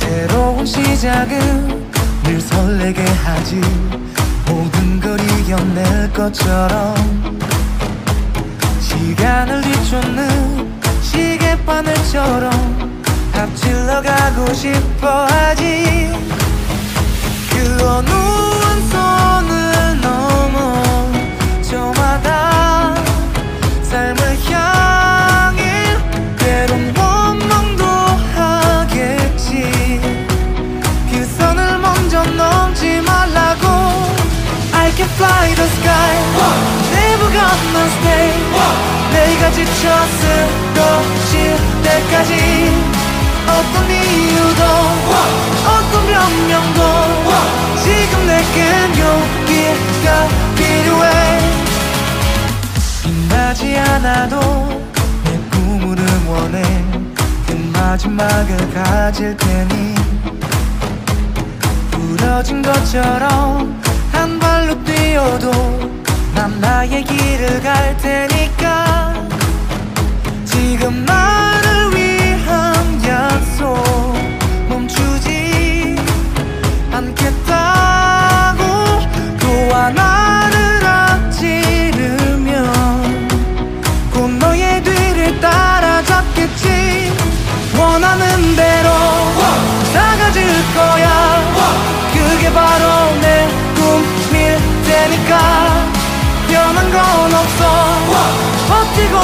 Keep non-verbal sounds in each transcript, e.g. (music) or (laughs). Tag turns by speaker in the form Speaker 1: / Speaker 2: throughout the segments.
Speaker 1: 새로운 시작은 늘 설레게 하지 모든 걸 이겨낼 것처럼 시간을 뒤쫓는 시계바늘처럼 앞질러 가고 싶어 하지 그 어느 한 선을 넘어 저마다 삶을 향해 때론 원망도 하겠지 그 선을 먼저 넘지 말라고 I can fly the sky Never gonna stay 내가 지쳤을 것일 때까지 어떤 이유도 어떤 변명도 지금 내겐 용기가 필요해 빛나지 않아도 내 꿈을 응원해 그 마지막을 가질 테니 부러진 것처럼 한 발로 뛰어도 난 나의 길을 갈 테니까 지금 나를 위한 약속 멈추지 않겠다고 또 하나를 앞지르면 곧 너의 뒤를 따라잡겠지 원하는 대로 나가질 거야 그게 바로 내 꿈일 테니까 변한 건 없어 버티고 버텨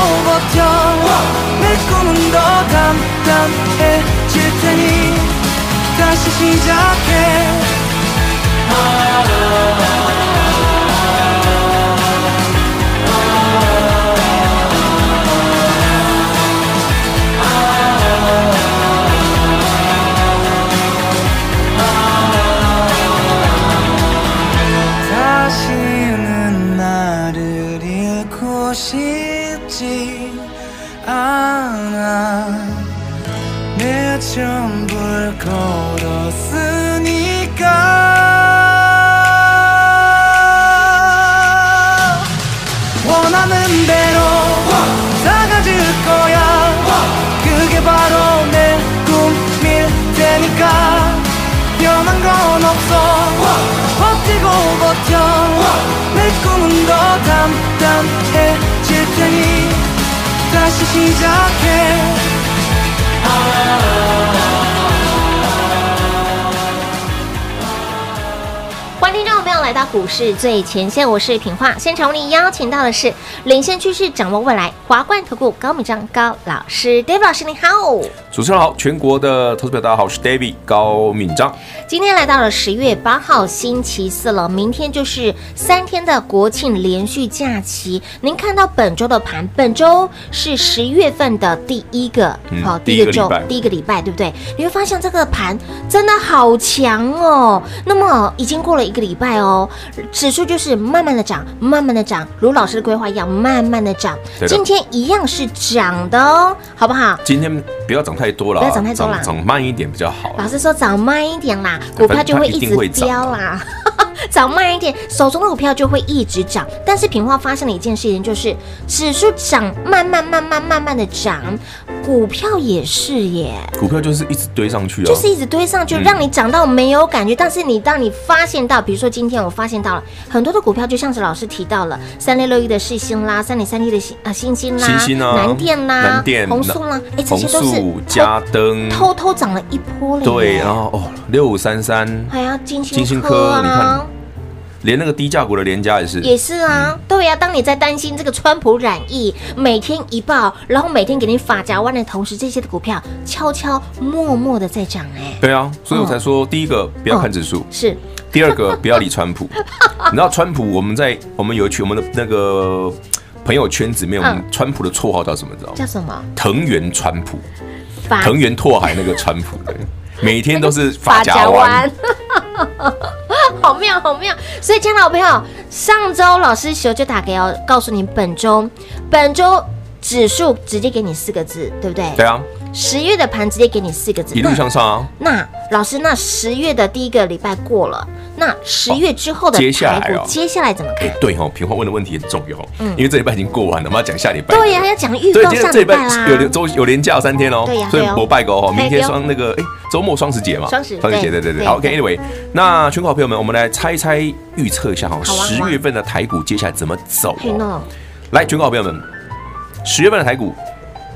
Speaker 1: 내 꿈은 더 간단해질 테니 다시 시작해 다시는 나를 잃고 싶지 않아 내 전부를 걸었으니까 원하는 대로 다가질 거야 그게 바로 내 꿈일 테니까 변한 건 없어 버티고 버텨 내 꿈은 더 담담해질 테니 다시 시작해
Speaker 2: 欢迎听众朋友来到股市最前线，我是品化。现场为您邀请到的是领先趋势、掌握未来华冠投顾高敏章高老师，David 老师，你好。
Speaker 3: 主持人好，全国的投资者大家好，我是 David 高敏章。
Speaker 2: 今天来到了十月八号星期四了，明天就是三天的国庆连续假期。您看到本周的盘，本周是十月份的第一个，好、
Speaker 3: 嗯
Speaker 2: 第一
Speaker 3: 第一
Speaker 2: 个
Speaker 3: 个
Speaker 2: 周
Speaker 3: 礼拜，
Speaker 2: 第一个礼拜，对不对？你会发现这个盘真的好强哦。那么已经过了一个礼拜哦，指数就是慢慢的涨，慢慢的涨，如老师的规划一样，慢慢的涨。
Speaker 3: 对的
Speaker 2: 今天一样是涨的哦，好不好？
Speaker 3: 今天不要涨太多了啊，
Speaker 2: 不要涨太多啦
Speaker 3: 涨涨慢一点比较好。
Speaker 2: 老师说涨慢一点啦，股票就会一直飙啦。 (laughs) 涨慢一点，手中的股票就会一直涨。但是平花发现了一件事情，就是指数涨，慢慢慢慢慢慢的涨，股票也是耶，
Speaker 3: 股票就是一直堆上去啊，
Speaker 2: 就是一直堆上去，
Speaker 3: 嗯
Speaker 2: 让你涨到没有感觉。但是你当你发现到，比如说今天我发现到了很多的股票，就像是老师提到了三六六一的世星啦，三零三一的星啊星星啦，
Speaker 3: 星星啊，
Speaker 2: 南电啦，
Speaker 3: 南电、
Speaker 2: 红素啦，哎、这
Speaker 3: 红
Speaker 2: 些都是啊
Speaker 3: 素、嘉登，
Speaker 2: 偷偷偷涨了一波了耶。
Speaker 3: 对，然后哦，六五三三，
Speaker 2: 还要金星
Speaker 3: 金星
Speaker 2: 科
Speaker 3: 科你
Speaker 2: 啊
Speaker 3: 看，嗯连那个低价股的联家也是，
Speaker 2: 也是
Speaker 3: 嗯
Speaker 2: 啊，对呀、当你在担心这个川普染疫，每天一报，然后每天给你发夹弯的同时，这些的股票悄悄默默的在涨、哎，
Speaker 3: 对啊，所以我才说，第一个不要看指数，
Speaker 2: 是
Speaker 3: 第二个不要理
Speaker 2: (laughs)
Speaker 3: 川普。你知道川普，我们在我们有一群我们的那个朋友圈子里面，我们
Speaker 2: 嗯
Speaker 3: 川普的绰号叫什么？你知道吗？
Speaker 2: 叫什啊么？
Speaker 3: 藤原川普，
Speaker 2: 发 (laughs)
Speaker 3: 藤原拓海那个川普，对，每天都是发夹弯，
Speaker 2: (laughs) 好妙，好妙！所以，亲爱的好朋友，上周老师球就打给我，告诉你本周本周指数直接给你四个字，对不对？
Speaker 3: 对啊，
Speaker 2: 十月的盘直接给你四个字，
Speaker 3: 一路向上啊。
Speaker 2: 那老师，那十月的第一个礼拜过了，那十月之后的
Speaker 3: 哦接下来
Speaker 2: 台股
Speaker 3: 哦
Speaker 2: 接下来怎么看
Speaker 3: 哎？，对哦，平花问的问题很重要哦，因为这礼拜已经过完了，我们要讲下礼拜。
Speaker 2: 嗯对呀、要讲预
Speaker 3: 对，
Speaker 2: 告
Speaker 3: 今
Speaker 2: 下
Speaker 3: 天这
Speaker 2: 礼
Speaker 3: 礼
Speaker 2: 拜
Speaker 3: 拜有
Speaker 2: 啦
Speaker 3: 连。周有连假三天哦
Speaker 2: 对呀，
Speaker 3: 所以
Speaker 2: 对哦
Speaker 3: 我拜个哦，
Speaker 2: 对
Speaker 3: 明天
Speaker 2: 对哦
Speaker 3: 双那个哎，周末双十节嘛，
Speaker 2: 双十
Speaker 3: 双十节，
Speaker 2: 对
Speaker 3: 对对对。
Speaker 2: 对
Speaker 3: 好，OK
Speaker 2: 对
Speaker 3: anyway，那全国好朋友们，我们来猜一猜预测一下哈，
Speaker 2: 好啊
Speaker 3: 十月份的台股接下来怎么走
Speaker 2: 嘿
Speaker 3: 哦？
Speaker 2: 诺，
Speaker 3: 来，全国好朋友们，十月份的台股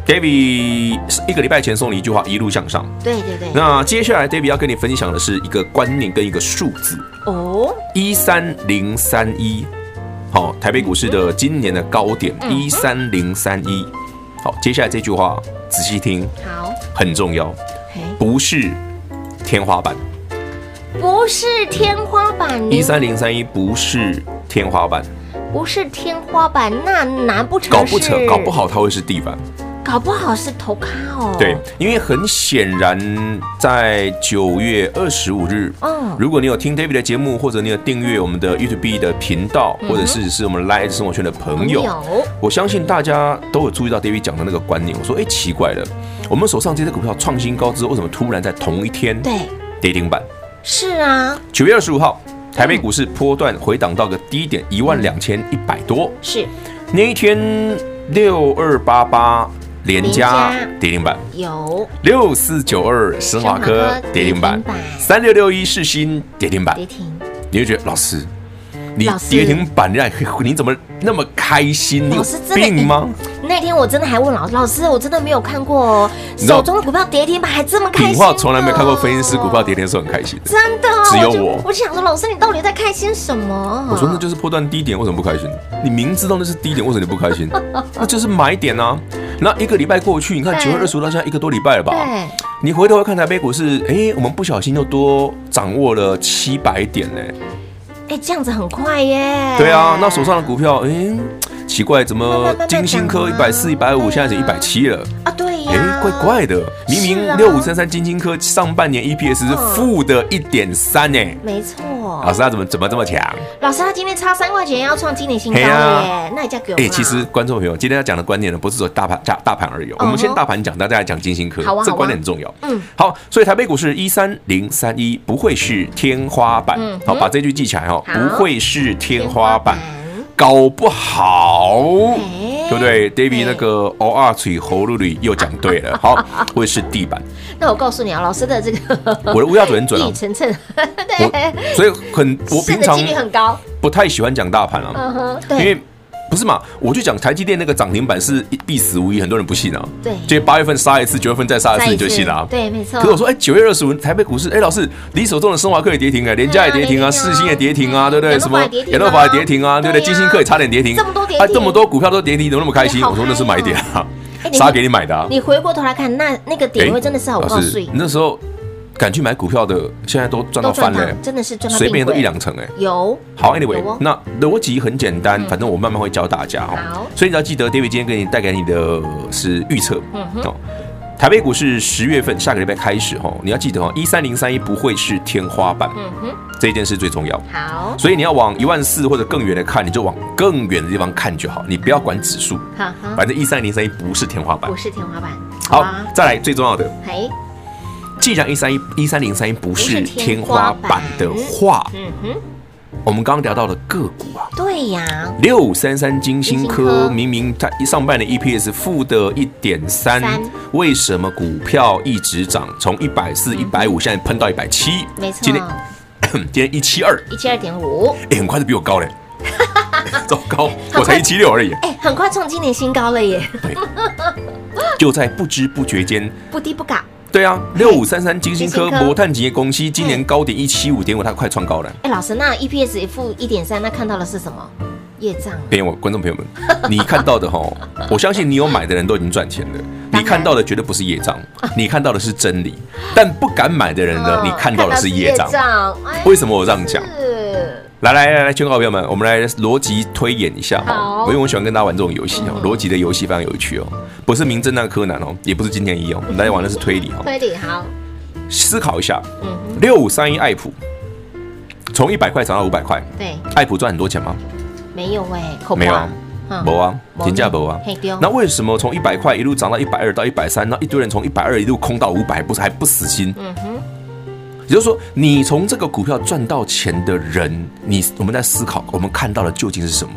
Speaker 3: ，David 一个礼拜前送你一句话，一路向上。
Speaker 2: 对对对，
Speaker 3: 那接下来 David 要跟你分享的是一个观念跟一个数字，
Speaker 2: 哦，
Speaker 3: 一三零三一，好，台北股市的今年的高点一三零三一。好，接下来这句话仔细听，
Speaker 2: 好，
Speaker 3: 很重要，
Speaker 2: 嘿，
Speaker 3: 不是天花板，
Speaker 2: 不是天花板，
Speaker 3: 一三零三一不是天花板，
Speaker 2: 不是天花板，那难不成
Speaker 3: 搞不成
Speaker 2: 是
Speaker 3: 搞不，好它会是哦地板。
Speaker 2: 搞不好是头咖哦。
Speaker 3: 对，因为很显然，在九月二十五日，
Speaker 2: 嗯
Speaker 3: 如果你有听 David 的节目，或者你有订阅我们的 YouTube 的频道，或者是是我们 Live 生活圈的嗯朋友，
Speaker 2: 朋友
Speaker 3: 我相信大家都有注意到 David 讲的那个观念。我说，哎、奇怪了，我们手上这只股票创新高之后，为什么突然在同一天
Speaker 2: 对，
Speaker 3: 跌停板？
Speaker 2: 是啊，
Speaker 3: 九月二十五号，台北股市波段回档到个低点一万两千一百多，
Speaker 2: 是
Speaker 3: 那一天六二八八连加
Speaker 2: 连加
Speaker 3: 跌停板。
Speaker 2: 有
Speaker 3: 六四九二神华科
Speaker 2: 神华科
Speaker 3: 跌停板
Speaker 2: 跌停板，
Speaker 3: 三六六一世新跌停板
Speaker 2: 跌，停，
Speaker 3: 你就觉得老师，你
Speaker 2: 老师
Speaker 3: 跌停板你还你怎么那么开心？你有
Speaker 2: 老师真的
Speaker 3: 病吗？
Speaker 2: 那天我真的还问老师，老师我真的没有看过哦，
Speaker 3: 你知道
Speaker 2: 手中的股票跌停板还这么开心、
Speaker 3: 品
Speaker 2: 哦，
Speaker 3: 化从来没有看过分析师股票跌，停是很开心的。
Speaker 2: 真的、哦，
Speaker 3: 只有
Speaker 2: 就
Speaker 3: 我
Speaker 2: 我就想说，老师你到底在开心什么？
Speaker 3: 我说那就是破断低点，为什么不开心？你明知道那是低点，为什么你不开
Speaker 2: (laughs)
Speaker 3: 心？那就是买点啊。那一个礼拜过去，你看
Speaker 2: 对
Speaker 3: 九月二十五到现在一个多礼拜了吧？
Speaker 2: 对，
Speaker 3: 你回头看台北股市，哎，我们不小心又多掌握了七百点呢、
Speaker 2: 哎、这样子很快耶。
Speaker 3: 对啊，那手上的股票，哎，奇怪，怎么金星科一
Speaker 2: 慢慢
Speaker 3: 百
Speaker 2: 慢
Speaker 3: 四、一
Speaker 2: 慢
Speaker 3: 百
Speaker 2: 涨啊
Speaker 3: 五，现在是一百七了？
Speaker 2: 啊，对呀、
Speaker 3: 哎，怪怪的，明
Speaker 2: 是
Speaker 3: 明
Speaker 2: 啊
Speaker 3: 六五三三金星科上半年 EPS 是负的一点三呢，
Speaker 2: 没错，
Speaker 3: 老师他怎么怎么这么强？
Speaker 2: 老师他今天差三块钱要创今年新高
Speaker 3: 嘿
Speaker 2: 耶，
Speaker 3: 啊
Speaker 2: 那你再给我
Speaker 3: 哎，
Speaker 2: 啦。
Speaker 3: 其实观众朋友，今天要讲的观念呢，不是说大盘大大盘而已哦，我
Speaker 2: 嗯
Speaker 3: 们
Speaker 2: 哼
Speaker 3: 先大盘讲，大家来讲金星科
Speaker 2: 好啊，
Speaker 3: 这个
Speaker 2: 好啊
Speaker 3: 观念很重要。
Speaker 2: 嗯，
Speaker 3: 好，所以台北股市一三零三一不会是天花板
Speaker 2: 嗯，
Speaker 3: 好，
Speaker 2: 哼
Speaker 3: 把这句记起来哦，
Speaker 2: 好
Speaker 3: 不会是天花板
Speaker 2: 天。花板
Speaker 3: 搞不好，
Speaker 2: 哎
Speaker 3: 对不对？David
Speaker 2: 哎
Speaker 3: 那个 O R 嘴喉噜里又讲对
Speaker 2: (laughs)
Speaker 3: 了，好，会是地板。
Speaker 2: 那我告诉你啊，老师的这个
Speaker 3: 我的乌鸦嘴
Speaker 2: (laughs)
Speaker 3: 很准啊
Speaker 2: 李，晨晨，
Speaker 3: 我
Speaker 2: 对，
Speaker 3: 所以很我
Speaker 2: 是
Speaker 3: 平
Speaker 2: 的
Speaker 3: 常
Speaker 2: 几率很高，
Speaker 3: 不太喜欢讲大盘啊，
Speaker 2: 嗯哼，对
Speaker 3: 因为。不是嘛？我就讲台积电那个涨停板是必死无疑，很多人不信啊。
Speaker 2: 对
Speaker 3: 就八月份杀一次，九月份再杀一
Speaker 2: 再
Speaker 3: 次，
Speaker 2: 一
Speaker 3: 你就信了、啊。
Speaker 2: 对，没错。
Speaker 3: 可是我说，哎，九月二十五台北股市，哎，老师，你手中的升华科也跌停哎，联家也跌停
Speaker 2: 对
Speaker 3: 啊，
Speaker 2: 啊
Speaker 3: 世新也跌停啊，对不对？
Speaker 2: 亚诺
Speaker 3: 什么
Speaker 2: 法也跌停啊
Speaker 3: 亚诺法也跌停啊，对不对？
Speaker 2: 对啊
Speaker 3: 金星科也差点跌停，
Speaker 2: 这么多跌
Speaker 3: 啊，
Speaker 2: 停
Speaker 3: 这么多股票都跌停，你怎么那么开心？
Speaker 2: 你好
Speaker 3: 我说那是买点啊
Speaker 2: 哎，你
Speaker 3: 杀给你买的啊。哎
Speaker 2: 你啊回过头来看，那那个点位真的是好，我告
Speaker 3: 老
Speaker 2: 诉
Speaker 3: 师
Speaker 2: 你，，
Speaker 3: 那时候敢去买股票的，现在都赚到
Speaker 2: 都
Speaker 3: 翻
Speaker 2: 赚
Speaker 3: 了
Speaker 2: 到
Speaker 3: 哎，，
Speaker 2: 真的是赚到
Speaker 3: 随便都
Speaker 2: 并轨
Speaker 3: 一两成哎。
Speaker 2: 有
Speaker 3: 好，Anyway，、
Speaker 2: 有哦嗯
Speaker 3: 那逻辑很简单，反正我慢慢会教大家哈、
Speaker 2: 好
Speaker 3: 所以你要记得，David 今天给你带给你的呃是预测、
Speaker 2: 嗯哼
Speaker 3: 哦。台北股市十月份下个礼拜开始哈、哦，你要记得哦，一三零三一不会是天花板，
Speaker 2: 嗯哼，
Speaker 3: 这一件事最重要。
Speaker 2: 好，
Speaker 3: 所以你要往一万四或者更远的看，你就往更远的地方看就好，你不要管指数，
Speaker 2: 哈哈，
Speaker 3: 反正一三零三一不是天花板
Speaker 2: 嗯不。是天花板，
Speaker 3: 好
Speaker 2: 啊，
Speaker 3: 再来最重要的，
Speaker 2: 嘿，
Speaker 3: 既然一三一一三零三一不是
Speaker 2: 不是
Speaker 3: 天
Speaker 2: 天
Speaker 3: 花
Speaker 2: 花
Speaker 3: 板
Speaker 2: 板
Speaker 3: 的话，
Speaker 2: 嗯哼，
Speaker 3: 我们刚刚聊到了个股啊，
Speaker 2: 对呀，
Speaker 3: 六三三金星
Speaker 2: 金星
Speaker 3: 科
Speaker 2: 科
Speaker 3: 明明它一上半年 EPS 负的一点三
Speaker 2: 三，
Speaker 3: 为什么股票一直涨？从一百四、一百五，现在喷到一百七，
Speaker 2: 没错
Speaker 3: 今天 (clears throat) 今天一七二，
Speaker 2: 一七二点五，
Speaker 3: 哎，很快就比我高嘞， (laughs) 糟糕，
Speaker 2: 快
Speaker 3: 我才一七六而已。
Speaker 2: 哎，很快创今年新高了耶， (laughs)
Speaker 3: 对，就在不知不觉间，
Speaker 2: 不低不高，
Speaker 3: 对啊，六五三三金星
Speaker 2: 金
Speaker 3: 科
Speaker 2: 星科
Speaker 3: 摩探吉的公司今年高点一七五点五，它快创高了。
Speaker 2: 哎，老师，那 EPS 负一点三，那看到的是什么？业障啊，
Speaker 3: 朋友，观众朋友们， (laughs) 你看到的哈，我相信你有买的人都已经赚钱了。
Speaker 2: 然
Speaker 3: 你看到的绝对不是业 (laughs) 障，你看到的是真理。但不敢买的人呢，
Speaker 2: 嗯
Speaker 3: 你哦看到的是业障。
Speaker 2: 障哎
Speaker 3: 为什么我这样讲？
Speaker 2: 是
Speaker 3: 来来来来，全国好朋友们，我们来逻辑推演一下哈。
Speaker 2: 好
Speaker 3: 因为我喜欢跟大家玩这种游戏哦，逻辑的游戏非常有趣哦，不是名侦探柯南哦，也不是金田一哦，我们来玩的是推理哈。
Speaker 2: 推理好，
Speaker 3: 思考一下，
Speaker 2: 嗯哼，
Speaker 3: 六五三一爱普从一百块涨到五百块，
Speaker 2: 对，
Speaker 3: 爱普赚很多钱吗？
Speaker 2: 没有哎、口
Speaker 3: 没有啊
Speaker 2: 嗯
Speaker 3: 没啊，
Speaker 2: 没
Speaker 3: 评价没啊
Speaker 2: 嘿对哦。
Speaker 3: 那为什么从一百块一路涨到一百二到一百三，那一堆人从一百二一路空到五百，不是还不死心？
Speaker 2: 嗯哼，
Speaker 3: 也就是说，你从这个股票赚到钱的人，你我们在思考，我们看到的究竟是什么？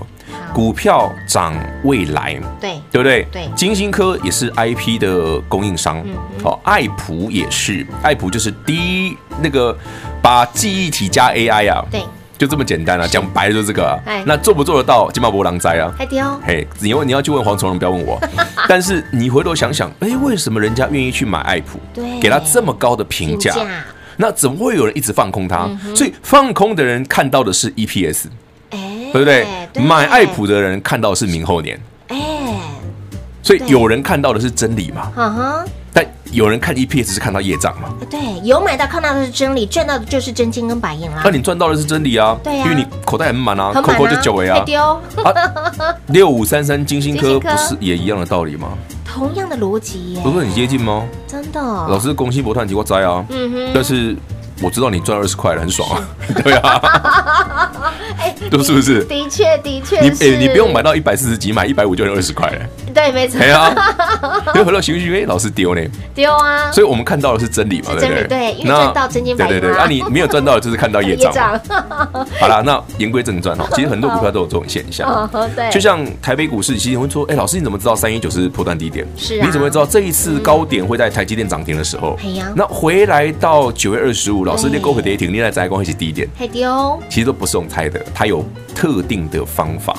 Speaker 2: 好
Speaker 3: 股票涨未来，
Speaker 2: 对，
Speaker 3: 对不对？
Speaker 2: 对
Speaker 3: 金星科也是 IP 的供应商
Speaker 2: 嗯，
Speaker 3: 好、爱普也是，爱普就是第一那个把记忆体加 AI 啊，
Speaker 2: 对，
Speaker 3: 就这么简单啊，讲白了就是这个、啊
Speaker 2: 哎。
Speaker 3: 那做不做得到金马博狼灾啊？
Speaker 2: 海雕、
Speaker 3: 嘿，你问你要去问黄崇荣，不
Speaker 2: (laughs)
Speaker 3: 要问我。但是你回头想想，哎、为什么人家愿意去买爱普？
Speaker 2: 对
Speaker 3: 给他这么高的评价
Speaker 2: 评价，嗯
Speaker 3: 那怎么会有人一直放空它？所以放空的人看到的是 EPS，
Speaker 2: 哎，
Speaker 3: 对不对？买爱普，的人看到的是明后年，
Speaker 2: 哎，
Speaker 3: 所以
Speaker 2: 对
Speaker 3: 有人看到的是真理嘛，
Speaker 2: 嗯哼，
Speaker 3: 但有人看 EPS 是看到业障嘛。
Speaker 2: 对，有买到看到的是真理，赚到的就是真金跟白银啦
Speaker 3: 那。你赚到的是真理啊，
Speaker 2: 对啊
Speaker 3: 因为你口袋很满啊，
Speaker 2: 很
Speaker 3: 扣
Speaker 2: 满
Speaker 3: 扣就九尾
Speaker 2: 哎
Speaker 3: 啊，
Speaker 2: 丢，
Speaker 3: 六五三三金星科
Speaker 2: 金星科
Speaker 3: 不是也一样的道理吗？
Speaker 2: (laughs) 同样的逻辑耶，
Speaker 3: 不是很接近吗？
Speaker 2: 真的。
Speaker 3: 老
Speaker 2: 老，
Speaker 3: 师，恭喜博探提过灾啊，
Speaker 2: 啊嗯哼，
Speaker 3: 但是我知道你赚二十块了，很爽
Speaker 2: (laughs)
Speaker 3: 啊，对啊， (laughs) 对是不是？
Speaker 2: 哎的确的确
Speaker 3: 你
Speaker 2: 是，
Speaker 3: 哎，你不用买到一百四十几，买一百五就有二十块
Speaker 2: (laughs)
Speaker 3: 了，
Speaker 2: 对，没错
Speaker 3: 哎，呀，因为回到情绪，哎，老师丢呢，
Speaker 2: 丢啊，
Speaker 3: 所以我们看到的是真理嘛，
Speaker 2: 是
Speaker 3: 对不
Speaker 2: 真
Speaker 3: 对？
Speaker 2: 理对因为
Speaker 3: 那
Speaker 2: 赚到真金白银啊
Speaker 3: 对对对，那你没有赚到的就是看到业障嘛。
Speaker 2: (laughs) 业障，
Speaker 3: 好啦，那言归正传哈，其实很多股票都有这种现象。
Speaker 2: 哦， (laughs) 对，
Speaker 3: 就像台北股市，其实会说，哎，老师你怎么知道三一九是破断低点？
Speaker 2: 是啊
Speaker 3: 你怎么会知道这一次高点会在台积电涨停的时候
Speaker 2: 哎呀？
Speaker 3: 那回来到九月二十五，老师
Speaker 2: 对
Speaker 3: 你勾回跌停，你来摘光会是低点，
Speaker 2: 海丢，
Speaker 3: 其实都不是用猜的，它有特定的方法，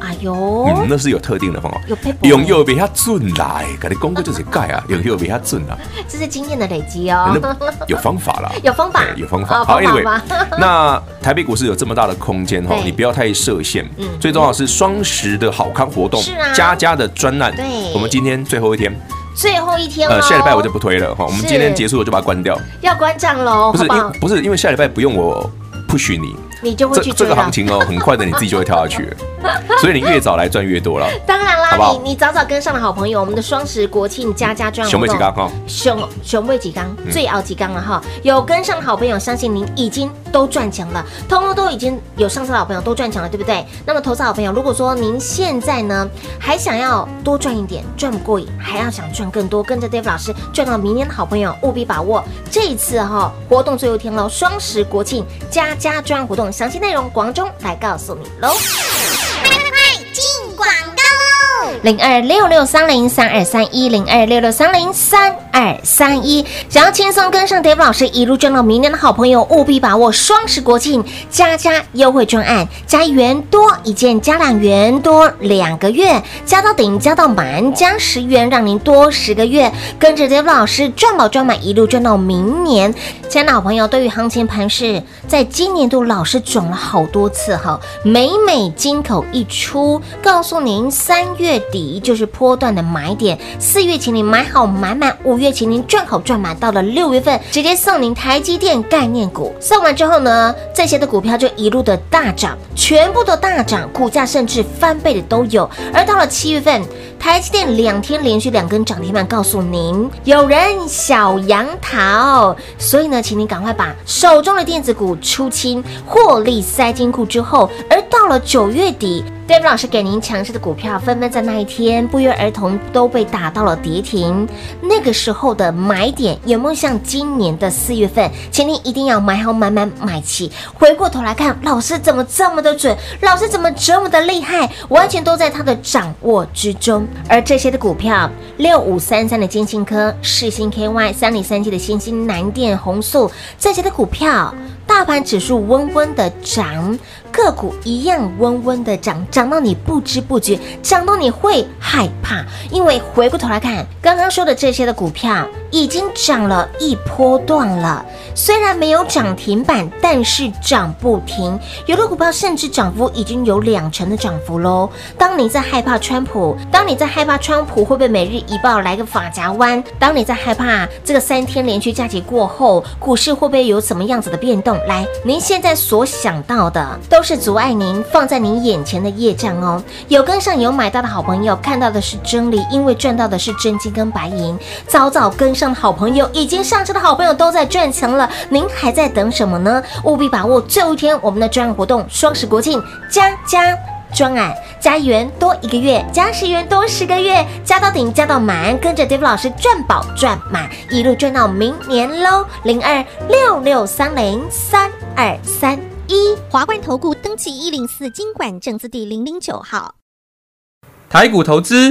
Speaker 2: 哎呦，
Speaker 3: 嗯，那是有特定的方法。
Speaker 2: 有 paper
Speaker 3: 用右边它准啦，哎跟你讲过就是盖
Speaker 2: (laughs)
Speaker 3: 啊，用右边它准啦，
Speaker 2: 这是经验的累积哦，
Speaker 3: 哎那有方法啦。
Speaker 2: 有方法嗯
Speaker 3: 哎，有方
Speaker 2: 哦
Speaker 3: 法。好，Anyway，
Speaker 2: 吧 (laughs)
Speaker 3: 那台北股市有这么大的空间哈
Speaker 2: 对，
Speaker 3: 你不要太设限。
Speaker 2: 嗯
Speaker 3: 最重要是双十的好康活动
Speaker 2: 是啊，
Speaker 3: 家家的专案
Speaker 2: 对。哦
Speaker 3: 我们今天最后一天，
Speaker 2: 最后一天
Speaker 3: 呃，
Speaker 2: 喽，
Speaker 3: 下礼拜我就不推了哈。我们
Speaker 2: 是
Speaker 3: 今天结束我就把它关掉，
Speaker 2: 要关账喽，
Speaker 3: 不
Speaker 2: 好
Speaker 3: 是
Speaker 2: 不好
Speaker 3: 因？不是因为下礼拜不用我 push 你，
Speaker 2: 你就会
Speaker 3: 这
Speaker 2: 去
Speaker 3: 这
Speaker 2: 追啊
Speaker 3: 个
Speaker 2: 了
Speaker 3: 行。情哦，很快的你自己就会跳下
Speaker 2: (laughs)
Speaker 3: 去了，所以你越早来赚越多了。
Speaker 2: 当然
Speaker 3: 好不
Speaker 2: 啦，
Speaker 3: 好
Speaker 2: 你你早早跟上的好朋友，我们的双十国庆加加赚
Speaker 3: 熊妹几刚哈，
Speaker 2: 熊熊未几缸，
Speaker 3: 嗯
Speaker 2: 最熬几缸了哈！有跟上的好朋友，相信您已经都赚钱了，通通都已经有上车的好朋友都赚钱了，对不对？那么投资好朋友，如果说您现在呢还想要多赚一点，赚不过瘾，还要想赚更多，跟着 Dave 老师赚到明年的好朋友，务必把握这一次哈、活动最后一天喽！双十国庆加加赚活动，详细内容广中来告诉你喽。零二六六三零三二三一零二六六三零三二三一。想要轻松跟上 Dave 老师一路赚到明年的好朋友，务必把握双十国庆加加优惠专案，加一元多一件，加两元多两个月，加到顶，加到满，加十元让您多十个月，跟着 Dave 老师赚宝赚满，一路赚到明年。亲爱的好朋友，对于行情盘势，在今年度老师转了好多次哈，每每金口一出，告诉您三月底就是波段的买点，四月请您买好买满，五月请您赚好赚满，到了六月份直接送您台积电概念股，送完之后呢，这些的股票就一路的大涨，全部都大涨，股价甚至翻倍的都有。而到了七月份，台积电两天连续两根涨停板，告诉您有人小杨桃，所以呢，请您赶快把手中的电子股出清，获利塞金库之后，而到了九月底。David 老师给您强势的股票，纷纷在那一天不约而同都被打到了跌停。那个时候的买点有没有像今年的四月份？请您一定要买好买满买齐。回过头来看，老师怎么这么的准？老师怎么这么的厉害？完全都在他的掌握之中。而这些的股票，六五三三的金星科、世星 KY、三零三七的新兴南电、红素这些的股票，大盘指数温温的涨，个股一样温温的涨，涨到你不知不觉，涨到你会害怕，因为回过头来看，刚刚说的这些的股票已经涨了一波段了，虽然没有涨停板，但是涨不停，有的股票甚至涨幅已经有两成的涨幅喽。当你在害怕川普，当你在害怕川普会被每日一报来个法夹弯，当你在害怕这个三天连续假期过后，股市会不会有什么样子的变动？动。来，您现在所想到的都是阻碍您放在您眼前的业障哦。有跟上有买到的好朋友，看到的是真理，因为赚到的是真金跟白银。早早跟上的好朋友，已经上车的好朋友都在赚钱了，您还在等什么呢？务必把握最后一天我们的专案活动——双十国庆加加。专案加一元多一个月，加十元多十个月，加到顶，加到满，跟着 Dave 老师赚宝赚满，一路赚到明年喽！零二六六三零三二三一
Speaker 4: 华冠投顾登记一零四经管证字第零零九号。
Speaker 5: 台股投资，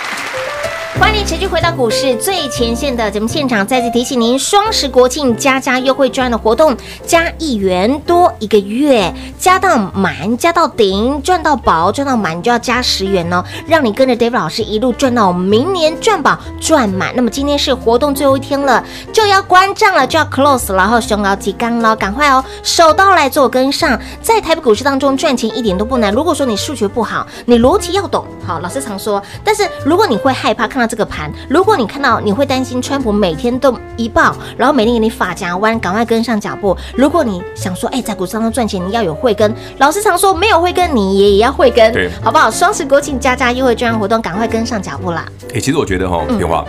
Speaker 2: 欢迎持续回到股市最前线的节目现场，再次提醒您，双十国庆加加优惠专案的活动，加一元多一个月，加到满，加到顶，赚到宝，赚到满就要加十元哦，让你跟着 Dave 老师一路赚到明年赚宝赚满。那么今天是活动最后一天了，就要关账了，就要 close 了，然后熊高级刚了，赶快哦，手刀来做跟上，在台北股市当中赚钱一点都不难。如果说你数学不好，你逻辑要懂，好，老师常说，但是如果你会害怕看到这个盘，如果你看到你会担心川普每天都一爆，然后每天给你发夹弯，赶快跟上脚步。如果你想说，哎、在股市当中赚钱，你要有慧根，老师常说没有慧根，你也也要慧根
Speaker 3: 对，
Speaker 2: 好不好？双十国庆加价优惠券活动，赶快跟上脚步啦！
Speaker 3: 哎、其实我觉得哈，平华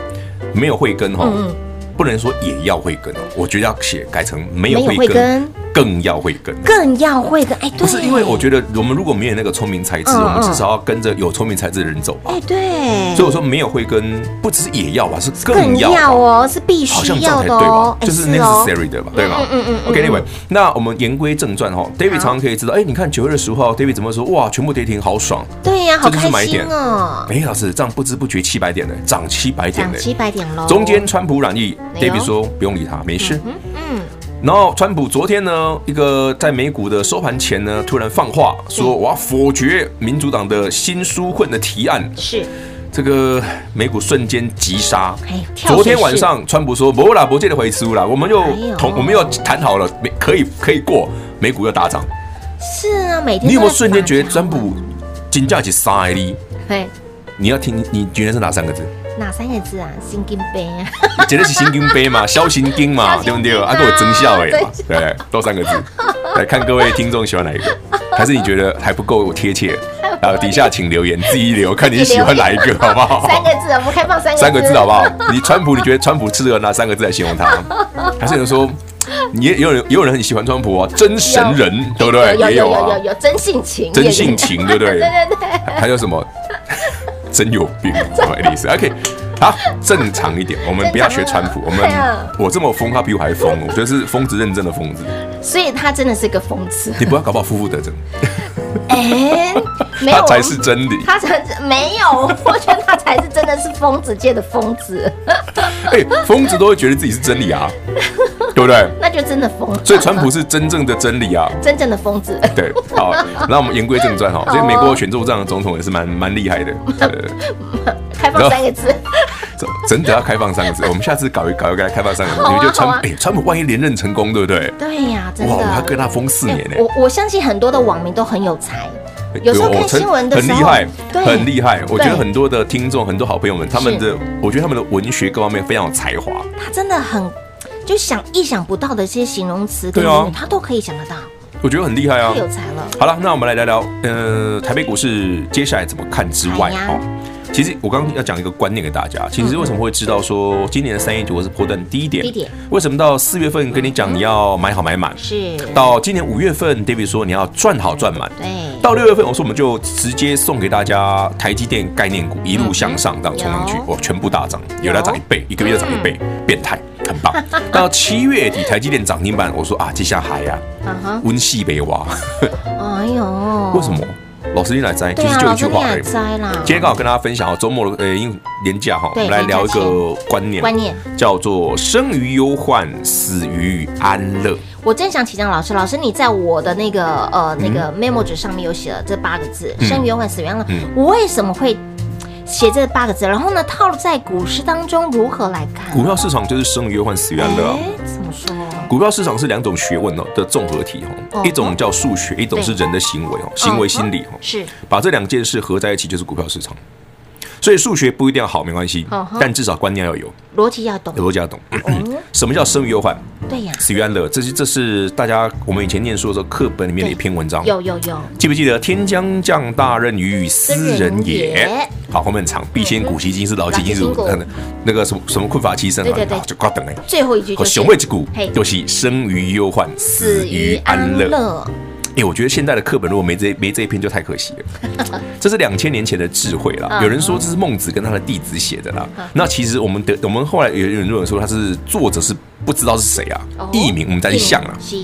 Speaker 3: 没有慧根哈
Speaker 2: 嗯嗯，
Speaker 3: 不能说也要慧根哦，我觉得要写改成没有
Speaker 2: 没有
Speaker 3: 慧
Speaker 2: 慧
Speaker 3: 根
Speaker 2: 根，
Speaker 3: 更要慧根。
Speaker 2: 更要慧根，哎、对，
Speaker 3: 不是因为我觉得我们如果没有那个聪明才智，
Speaker 2: 嗯嗯
Speaker 3: 我们至少要跟着有聪明才智的人走吧
Speaker 2: 哎、。对，
Speaker 3: 所以我说没有慧根，不只是也要吧，是更
Speaker 2: 更
Speaker 3: 要吧
Speaker 2: 要哦，是必
Speaker 3: 好
Speaker 2: 须
Speaker 3: 像这样
Speaker 2: 要
Speaker 3: 才
Speaker 2: 的
Speaker 3: 对吧
Speaker 2: 哦？，哎
Speaker 3: 就是
Speaker 2: 是哦
Speaker 3: necessary 的吧，对吧？
Speaker 2: 嗯嗯嗯
Speaker 3: OK，anyway，那我们言归正传哈，David 哦常常可以知道，哎，你看九月二十号，David 怎么说？哇，全部跌停，好爽！
Speaker 2: 对呀、
Speaker 3: 这
Speaker 2: 好
Speaker 3: 就是
Speaker 2: 开
Speaker 3: 买
Speaker 2: 心
Speaker 3: 点
Speaker 2: 哦，
Speaker 3: 哎，老师，这样不知不觉七百点呢，涨七百点
Speaker 2: 涨
Speaker 3: 呢。
Speaker 2: 七百点哦喽，
Speaker 3: 中间川普染疫
Speaker 2: 哎呦
Speaker 3: ，David 说不用理他，没事。
Speaker 2: 嗯，
Speaker 3: 然后川普昨天呢，一个在美股的收盘前呢，突然放话说我要否决民主党的新纾困的提案，
Speaker 2: 是，
Speaker 3: 这个美股瞬间急杀。
Speaker 2: 哎，跳水
Speaker 3: 昨天晚
Speaker 2: 式
Speaker 3: 上，川普说不啦，不借的回输啦，我们又
Speaker 2: 哎呦
Speaker 3: 同我们又谈好了，美可以可以过，美股又大涨。
Speaker 2: 是啊，每天
Speaker 3: 你有没
Speaker 2: 都
Speaker 3: 有
Speaker 2: 在
Speaker 3: 瞬间
Speaker 2: 发
Speaker 3: 觉得
Speaker 2: 夹
Speaker 3: 川普金价起杀力？
Speaker 2: 嘿，
Speaker 3: 你要听，你觉得是哪三个字？
Speaker 2: 哎哪三个字啊？心经杯啊，
Speaker 3: 你觉得是神经
Speaker 2: (laughs)
Speaker 3: 杯嘛，消神经嘛，
Speaker 2: 消神经啊
Speaker 3: 对不对？啊，给我增效哎，对不对，都三个字。
Speaker 2: (laughs)
Speaker 3: 来看各位听众喜欢哪一个，还是你觉得还不够贴切？啊，底下请留言，自己留，看你喜欢哪一个，好不
Speaker 2: (laughs)
Speaker 3: 好？
Speaker 2: 三个字，我们开放三个字，
Speaker 3: 哦三个字啊好不好？你川普，你觉得川普适合拿三个字来形容他？还是有人说，你也也有人也有人很喜欢川普啊，真神人，对不对？
Speaker 2: 有
Speaker 3: 也
Speaker 2: 有有
Speaker 3: 啊
Speaker 2: 有，有真性情，
Speaker 3: 真性情，对不
Speaker 2: 对
Speaker 3: 对？
Speaker 2: 对对，
Speaker 3: (laughs) 还有什么？真有
Speaker 2: (laughs)
Speaker 3: 病，什么意思？OK，好，正常一点，我们不要学川普，我们
Speaker 2: 对啊
Speaker 3: 我这么疯，他比我还疯，我觉得是疯子认真的疯子，
Speaker 2: 所以他真的是个疯子，
Speaker 3: 你不要搞不好夫妇得正，
Speaker 2: 哎， (laughs) 没有
Speaker 3: 他才是。真理。
Speaker 2: 他才是没有，我觉得他才是真的是疯子界的疯子，
Speaker 3: 哎，疯子都会觉得自己是真
Speaker 2: (laughs)
Speaker 3: 理啊，对不对？
Speaker 2: 那就真的疯啊了，
Speaker 3: 所以川普是真正的真理啊。
Speaker 2: 真正的疯 (laughs) 子。
Speaker 3: 对，好，那我们言归正传
Speaker 2: 啊
Speaker 3: 哈，所以美国选州这样的总统也是蛮蛮厉
Speaker 2: (laughs)
Speaker 3: 害的，呃，
Speaker 2: 开放三个字，
Speaker 3: 真真的要开放三
Speaker 2: (laughs)
Speaker 3: 个字，我们下次搞一搞一个开放三个字，
Speaker 2: 好啊
Speaker 3: 你们就川
Speaker 2: 好啊
Speaker 3: 哎、川普万一连任成功，对不对？
Speaker 2: (laughs) 对呀，真
Speaker 3: 哇，我要
Speaker 2: 的。
Speaker 3: 跟他封四年呢、
Speaker 2: 哎我我相信很多的网民都很有才，有时候
Speaker 3: 我
Speaker 2: 看
Speaker 3: 真
Speaker 2: 新闻的
Speaker 3: 哦很
Speaker 2: 时
Speaker 3: 厉
Speaker 2: 候
Speaker 3: 害，
Speaker 2: 对
Speaker 3: 很厉害。我觉得
Speaker 2: 对
Speaker 3: 很多的听众，很多好朋友们，他们的，我觉得他们的文学各方面非常有才华。
Speaker 2: 他真的很就想意想不到的一些形容词跟
Speaker 3: 对啊
Speaker 2: 英语他都可以想得到，
Speaker 3: 我觉得很厉害啊
Speaker 2: 太。有才了。
Speaker 3: 好了，那我们来聊聊，呃，台北股市接下来怎么看之外
Speaker 2: 哎呀
Speaker 3: 哦，其实我刚刚要讲一个观念给大家，其实为什么会知道说今年的三一九是波段低点？
Speaker 2: 低点
Speaker 3: 为什么到四月份跟你讲你要买好买满？
Speaker 2: 是
Speaker 3: 到今年五月份，David 说你要赚好赚满。
Speaker 2: 对
Speaker 3: 到六月份，我说我们就直接送给大家台积电概念股，一路向上，这样冲上去，
Speaker 2: 嗯有嗯
Speaker 3: 哇，全部大涨，有的涨一倍，一个月涨一倍，变态，很
Speaker 2: (laughs)
Speaker 3: 棒。到七月底，台积电涨停板，我说啊，这下海呀、
Speaker 2: 啊哈，
Speaker 3: 温系北
Speaker 2: 哦
Speaker 3: 娃，
Speaker 2: 哎呦，
Speaker 3: 为什？么？老师你来摘，其
Speaker 2: 对
Speaker 3: 实
Speaker 2: 啊，
Speaker 3: 就一
Speaker 2: 老
Speaker 3: 句
Speaker 2: 师你
Speaker 3: 话而
Speaker 2: 也
Speaker 3: 已。
Speaker 2: 摘啦
Speaker 3: 今，天刚好跟大家分享哦，周末的呃，因为年假哈，我
Speaker 2: 对
Speaker 3: 们来聊一个
Speaker 2: 年
Speaker 3: 观念，
Speaker 2: 观念
Speaker 3: 叫做生于忧患，死于安乐。
Speaker 2: 我正想请教老师，老师你在我的那个呃那个 memo 纸上面有写了这八个字“
Speaker 3: 嗯
Speaker 2: 生于忧患，死于安乐”，
Speaker 3: 嗯
Speaker 2: 我为什么会写这八个字？然后呢，套在股市当中如何来看？
Speaker 3: 股票市场就是生于忧患，死于安乐啊。
Speaker 2: 哎怎么说？
Speaker 3: 股票市场是两种学问哦的综合体哦，
Speaker 2: 哦
Speaker 3: 一种叫数学，一种是人的行为哦，行为心理哦，
Speaker 2: 是
Speaker 3: 把这两件事合在一起就是股票市场。所以数学不一定要好，没关系
Speaker 2: 嗯哼，
Speaker 3: 但至少观念要有，
Speaker 2: 逻辑要懂
Speaker 3: 有逻辑要懂。
Speaker 2: 哦。
Speaker 3: (laughs) 什么叫生于忧患，
Speaker 2: 对呀，
Speaker 3: 死于安乐？这是这是大家我们以前念书的时候课本里面的一篇文章。
Speaker 2: 有有有，
Speaker 3: 记不记得“天将降大任于斯人
Speaker 2: 斯人
Speaker 3: 也
Speaker 2: 也”？嗯
Speaker 3: 好，后面很长，必先苦其心志，劳其筋骨
Speaker 2: 劳其筋骨，
Speaker 3: 呃那个什么什么困乏其身啊，
Speaker 2: 对对对
Speaker 3: 好就挂等哎。
Speaker 2: 最后一句
Speaker 3: 和
Speaker 2: 就
Speaker 3: 雄
Speaker 2: 是
Speaker 3: 卫之谷
Speaker 2: 嘿
Speaker 3: 就是生于忧患，死
Speaker 2: 死
Speaker 3: 于
Speaker 2: 于
Speaker 3: 安
Speaker 2: 安
Speaker 3: 乐。
Speaker 2: 乐，
Speaker 3: 哎，我觉得现在的课本如果没这没这一篇就太可惜了。
Speaker 2: (laughs)
Speaker 3: 这是两千年前的智慧啦。
Speaker 2: 嗯
Speaker 3: 有人说这是孟子跟他的弟子写的啦。那其实我们的我们后来有有人有人说他是作者是不知道是谁啊
Speaker 2: 哦，
Speaker 3: 艺名我们再去想啊啦。
Speaker 2: 是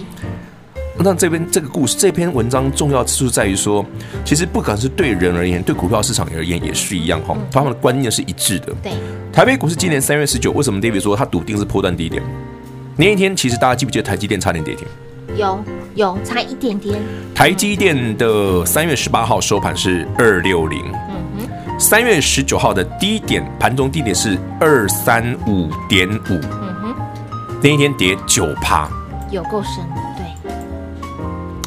Speaker 3: 那这边这个故事这篇文章重要之处在于说，其实不管是对人而言，对股票市场而言也是一样哈，
Speaker 2: 嗯
Speaker 3: 他们的观念是一致的。
Speaker 2: 对，
Speaker 3: 台北股市今年三月十九，为什么 David 说他笃定是破断低点？那一天，其实大家记不记得台积电差点跌停？
Speaker 2: 有有差一点点，
Speaker 3: 台积电的三月十八号收盘是二六零，三月十九号的低点盘中低点是二三五点五，那一天跌九趴。
Speaker 2: 有够深，对，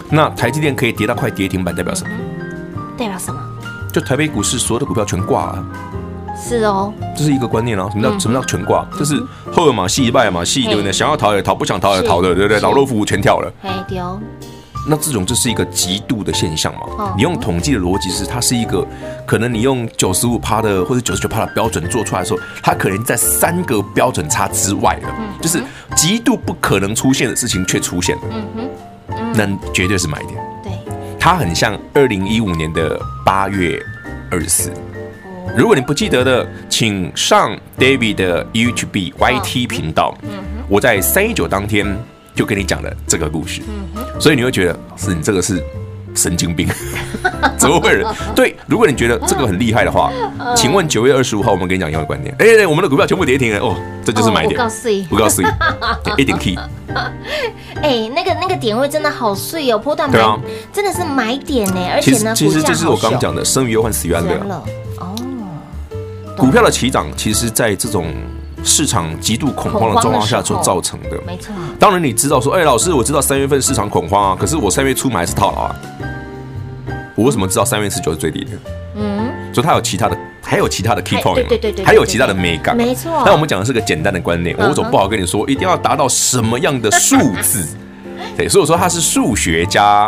Speaker 3: 那台积电可以跌到快跌停板，代表什么？
Speaker 2: 代表什么？
Speaker 3: 就台北股市所有的股票全挂了、
Speaker 2: 是哦，
Speaker 3: 这是一个观念啊。什么叫什么叫全挂？就是后有马戏，一败马戏，对不对？
Speaker 2: 嘿
Speaker 3: 想要逃也逃，不想逃也
Speaker 2: 是
Speaker 3: 逃的，对不对？
Speaker 2: 是
Speaker 3: 老豆腐全跳了。
Speaker 2: 嘿哦丢，
Speaker 3: 那这种就是一个极度的现象嘛
Speaker 2: 哦。
Speaker 3: 你用统计的逻辑是，它是一个可能你用九十五趴的或者九十九趴的标准做出来的时候，它可能在三个标准差之外的，
Speaker 2: 嗯
Speaker 3: 就是极度不可能出现的事情却出现了，
Speaker 2: 嗯哼，
Speaker 3: 那绝对是买点。
Speaker 2: 对，
Speaker 3: 它很像二零一五年的八月二十四。如果你不记得的，请上 David 的 YouTube
Speaker 2: 哦嗯
Speaker 3: YT 频道，我在三一九当天就跟你讲了这个故事，
Speaker 2: 嗯
Speaker 3: 所以你会觉得是你这个是神
Speaker 2: (laughs)
Speaker 3: 经病，怎么会有人？对，如果你觉得这个很厉害的话，
Speaker 2: 嗯
Speaker 3: 请问九月二十五号我们跟你讲一样的观点，哎、哎我们的股票全部跌停了，哦，这就是买点
Speaker 2: 哦我告，诉你，
Speaker 3: 我告诉你，
Speaker 2: (laughs)
Speaker 3: 一点 key，
Speaker 2: 哎，那个那个点位真的好碎哦，波段买
Speaker 3: 对啊
Speaker 2: 真的是买点呢，而
Speaker 3: 其
Speaker 2: 且
Speaker 3: 实
Speaker 2: 呢，
Speaker 3: 其
Speaker 2: 股
Speaker 3: 实
Speaker 2: 价
Speaker 3: 这是我
Speaker 2: 好
Speaker 3: 刚
Speaker 2: 小
Speaker 3: 讲的生于忧患，死于安乐
Speaker 2: 真
Speaker 3: 啊。
Speaker 2: 的哦，
Speaker 3: 股票的起涨，其实在这种市场极度恐慌的状况下所造成的。
Speaker 2: 没错，
Speaker 3: 当然，你知道说，哎、老师，我知道三月份市场恐慌啊，可是我三月初买还是套牢啊。我为什么知道三月十九是最低的？
Speaker 2: 嗯，
Speaker 3: 所以它有其他的，还有其他的 key
Speaker 2: 还
Speaker 3: point，
Speaker 2: 对对对对
Speaker 3: 还有其他的美感。
Speaker 2: 没错嗯
Speaker 3: 但我们讲的是个简单的观念，我为什么不好跟你说一定要达到什么样的数
Speaker 2: (laughs)
Speaker 3: 字？对，所以我说它是数学加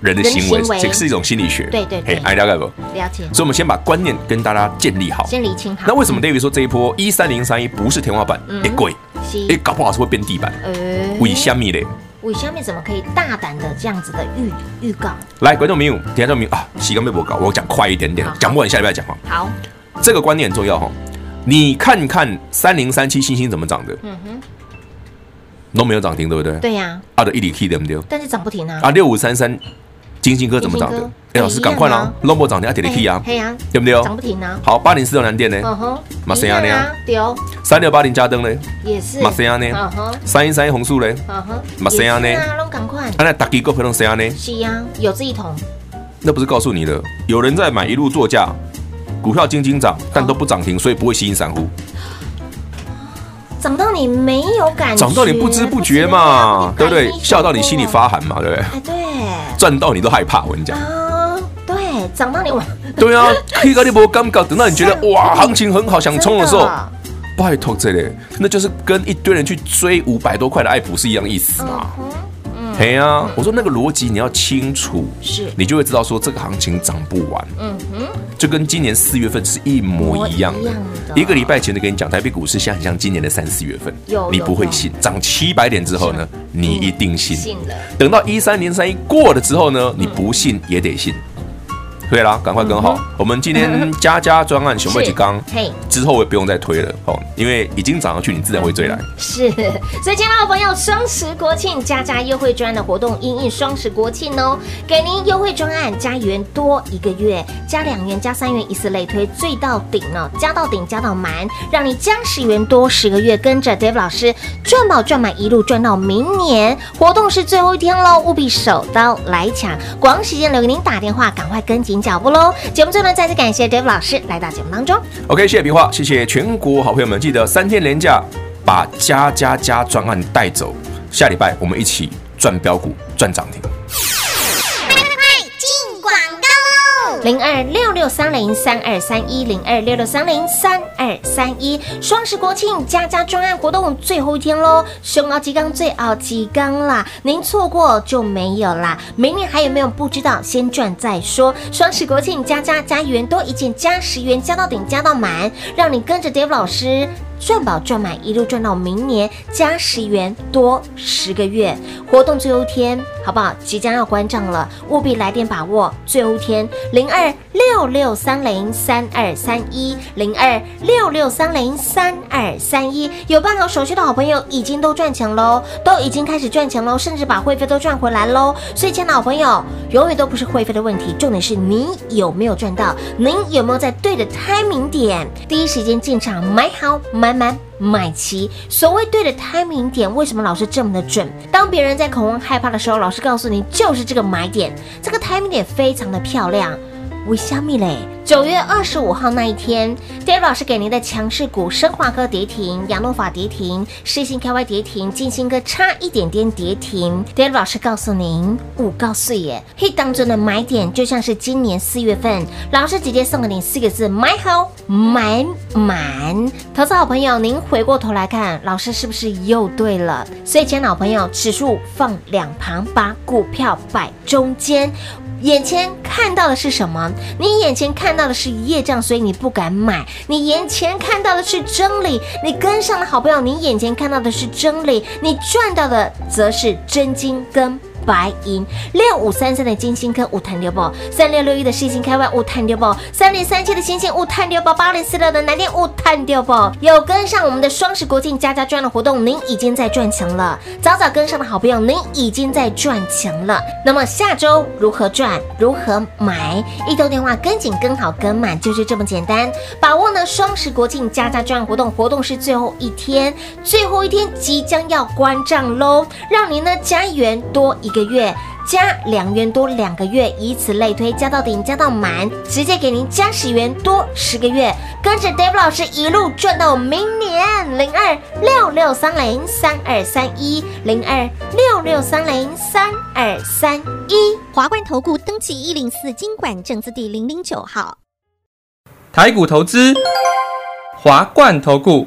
Speaker 3: 人
Speaker 2: 人
Speaker 3: 的
Speaker 2: 的
Speaker 3: 行为，
Speaker 2: 行为
Speaker 3: 这个是一种心理学。
Speaker 2: 对对对
Speaker 3: 哎，了解不？
Speaker 2: 了解，
Speaker 3: 所以我们先把观念跟大家建立好。
Speaker 2: 先理清好。
Speaker 3: 那为什么 David 说这一波一三零三一不是天花板，
Speaker 2: 嗯
Speaker 3: 也贵，
Speaker 2: 西
Speaker 3: 哎，搞不好是会变地板？
Speaker 2: 呃，
Speaker 3: 为虾米嘞？
Speaker 2: 尾下面怎么可以大胆的这样子的预预告？
Speaker 3: 来，观众朋友，等一下众朋友啊，洗干被我搞，我讲快一点点
Speaker 2: 好，
Speaker 3: 讲不完下礼拜讲哈。
Speaker 2: 好，
Speaker 3: 这个观念很重要哈，你看看三零三七星星怎么涨的，
Speaker 2: 嗯哼，
Speaker 3: 都没有涨停，对不对？
Speaker 2: 对呀、
Speaker 3: 啊的一里 key 对不对？
Speaker 2: 但是涨不停啊。
Speaker 3: 啊，六五三三金星哥怎么涨
Speaker 2: 金
Speaker 3: 的
Speaker 2: 星？
Speaker 3: 哎，
Speaker 2: 科
Speaker 3: 老师
Speaker 2: 一样
Speaker 3: 赶快啦
Speaker 2: 啊
Speaker 3: ，Lomo 涨停啊，点
Speaker 2: 哎
Speaker 3: 的 key 啊，
Speaker 2: 嘿呀，
Speaker 3: 对不对哦？
Speaker 2: 涨不停啊。
Speaker 3: 好，八零四六南电呢，
Speaker 2: 嗯哼，
Speaker 3: 嘛谁啊
Speaker 2: 一样啊，丢
Speaker 3: 三六八零加登呢，
Speaker 2: 也是。
Speaker 3: 嘛谁啊呢
Speaker 2: 嗯哼，
Speaker 3: 三一三一红树呢，
Speaker 2: 嗯哼，
Speaker 3: 嘛谁啊呢
Speaker 2: 也是啊，拢赶快。
Speaker 3: 啊那打给个朋友谁啊呢？
Speaker 2: 是呀，有这一桶，
Speaker 3: 那不是告诉你的，有人在买一路作价，股票斤斤涨，但都不涨停，所以不会吸引散户，
Speaker 2: 涨到你没有感觉，
Speaker 3: 涨到你不知不觉嘛，对不对？笑到你心里。发寒嘛，对不对？
Speaker 2: 哎，对
Speaker 3: 赚到你都害怕，我跟你讲。
Speaker 2: 啊，对，涨到你我
Speaker 3: 对啊，黑高利波刚搞，等到你觉得
Speaker 2: 真的
Speaker 3: 哇行情很好，想冲的时候
Speaker 2: 真，的
Speaker 3: 拜托这里，那就是跟一堆人去追五百多块的爱普是一样意思嘛。
Speaker 2: 嗯
Speaker 3: 嘿呀、我说那个逻辑你要清楚，
Speaker 2: 是
Speaker 3: 你就会知道说这个行情涨不完。
Speaker 2: 嗯哼，
Speaker 3: 就跟今年四月份是一模一样
Speaker 2: 一模
Speaker 3: 的
Speaker 2: 一样。的
Speaker 3: 一个礼拜前的跟你讲，台北股市现在很像今年的三四月份
Speaker 2: 有，
Speaker 3: 你
Speaker 2: 有
Speaker 3: 不会
Speaker 2: 有
Speaker 3: 信。涨七百点之后呢，你一定
Speaker 2: 信嗯
Speaker 3: 信。
Speaker 2: 了，
Speaker 3: 等到一三年三一过了之后呢，你不信也得信。对啦，赶快跟好。我们今天加加专案熊妹
Speaker 2: 是
Speaker 3: 几刚
Speaker 2: 嗯 (laughs) 嘿，
Speaker 3: 之后也不用再推了哦，因为已经涨上去，你自然会追来。
Speaker 2: 是， (laughs) 所以，亲爱的朋友，双十国庆加加优惠专案的活动，因应双十国庆哦，给您优惠专案加元多一个月，加两元加三元，以此类推，最到顶哦，加到顶加到满，让你加十元多十个月，跟着 Dave 老师赚宝赚满，一路赚到明年。活动是最后一天喽，务必手刀来抢，广告时间留给您打电话，赶快跟紧脚步喽。节目最后呢，再次感谢 Dave 老师来到节目当中。
Speaker 3: OK，谢谢平话，谢谢全国好朋友们，记得三天连假把加加加专案带走，下礼拜我们一起赚标股赚涨停。
Speaker 6: 进广告喽！
Speaker 2: 零二六六三零三二三一零二六六三零三二三一。双十国庆加加专案活动最后一天喽，熊熬鸡缸最熬鸡缸啦，您错过就没有啦。明年还有没有不知道，先赚再说。双十国庆加加加元多一件加十元，加到顶加到满，让你跟着 Dave 老师。赚宝赚满，一路赚到明年，加十元多十个月。活动最后一天，好不好？即将要关账了，务必来点把握。最后一天，零二六六三零三二三一，零二六六三零三二三一。有办好手续的好朋友已经都赚钱喽，都已经开始赚钱喽，甚至把会费都赚回来喽。所以，亲爱的好朋友，永远都不是会费的问题，重点是你有没有赚到，您有没有在对的 timing 点，第一时间进场买好买满。买齐，所谓对的 timing 点，为什么老师这么的准？当别人在恐慌害怕的时候，老师告诉你就是这个买点，这个 timing 点非常的漂亮。为虾米嘞？九月二十五号那一天，Dave 老师给您的强势股生化科跌停，亚诺法跌停，世信 KY 跌停，金星哥差一点点跌停。Dave 老师告诉您，五告诉耶，嘿，当中的买点就像是今年四月份，老师直接送给你四个字：买好买满。投资好朋友，您回过头来看，老师是不是又对了？所以，亲爱的好朋友，指数放两旁，把股票摆中间。眼前看到的是什么？你眼前看到的是业障，所以你不敢买；你眼前看到的是真理，你跟上了好朋友，你眼前看到的是真理，你赚到的则是真金跟。白银六五三三的金星科五碳六宝，三六六一的世星开外五碳六宝，三零三七的星星五碳六宝，八零四六的南电五碳六宝。有跟上我们的双十国庆加加赚的活动，您已经在赚钱了。早早跟上的好朋友，您已经在赚钱了。那么下周如何赚，如何买？一通电话跟紧、跟好、跟满，就是这么简单。把握呢双十国庆加加赚活动，活动是最后一天，最后一天即将要关账喽，让您呢加一元多一个月。加两元多两个月，以此类推，加到顶，加到满，直接给您加十元多十个月，跟着 Dave 老师一路赚到明年零二六六三零三二三一零二六六三零三二三一。
Speaker 4: 华冠投顾登记一零四经管证字第零零九号。
Speaker 5: 台股投资，华冠投顾。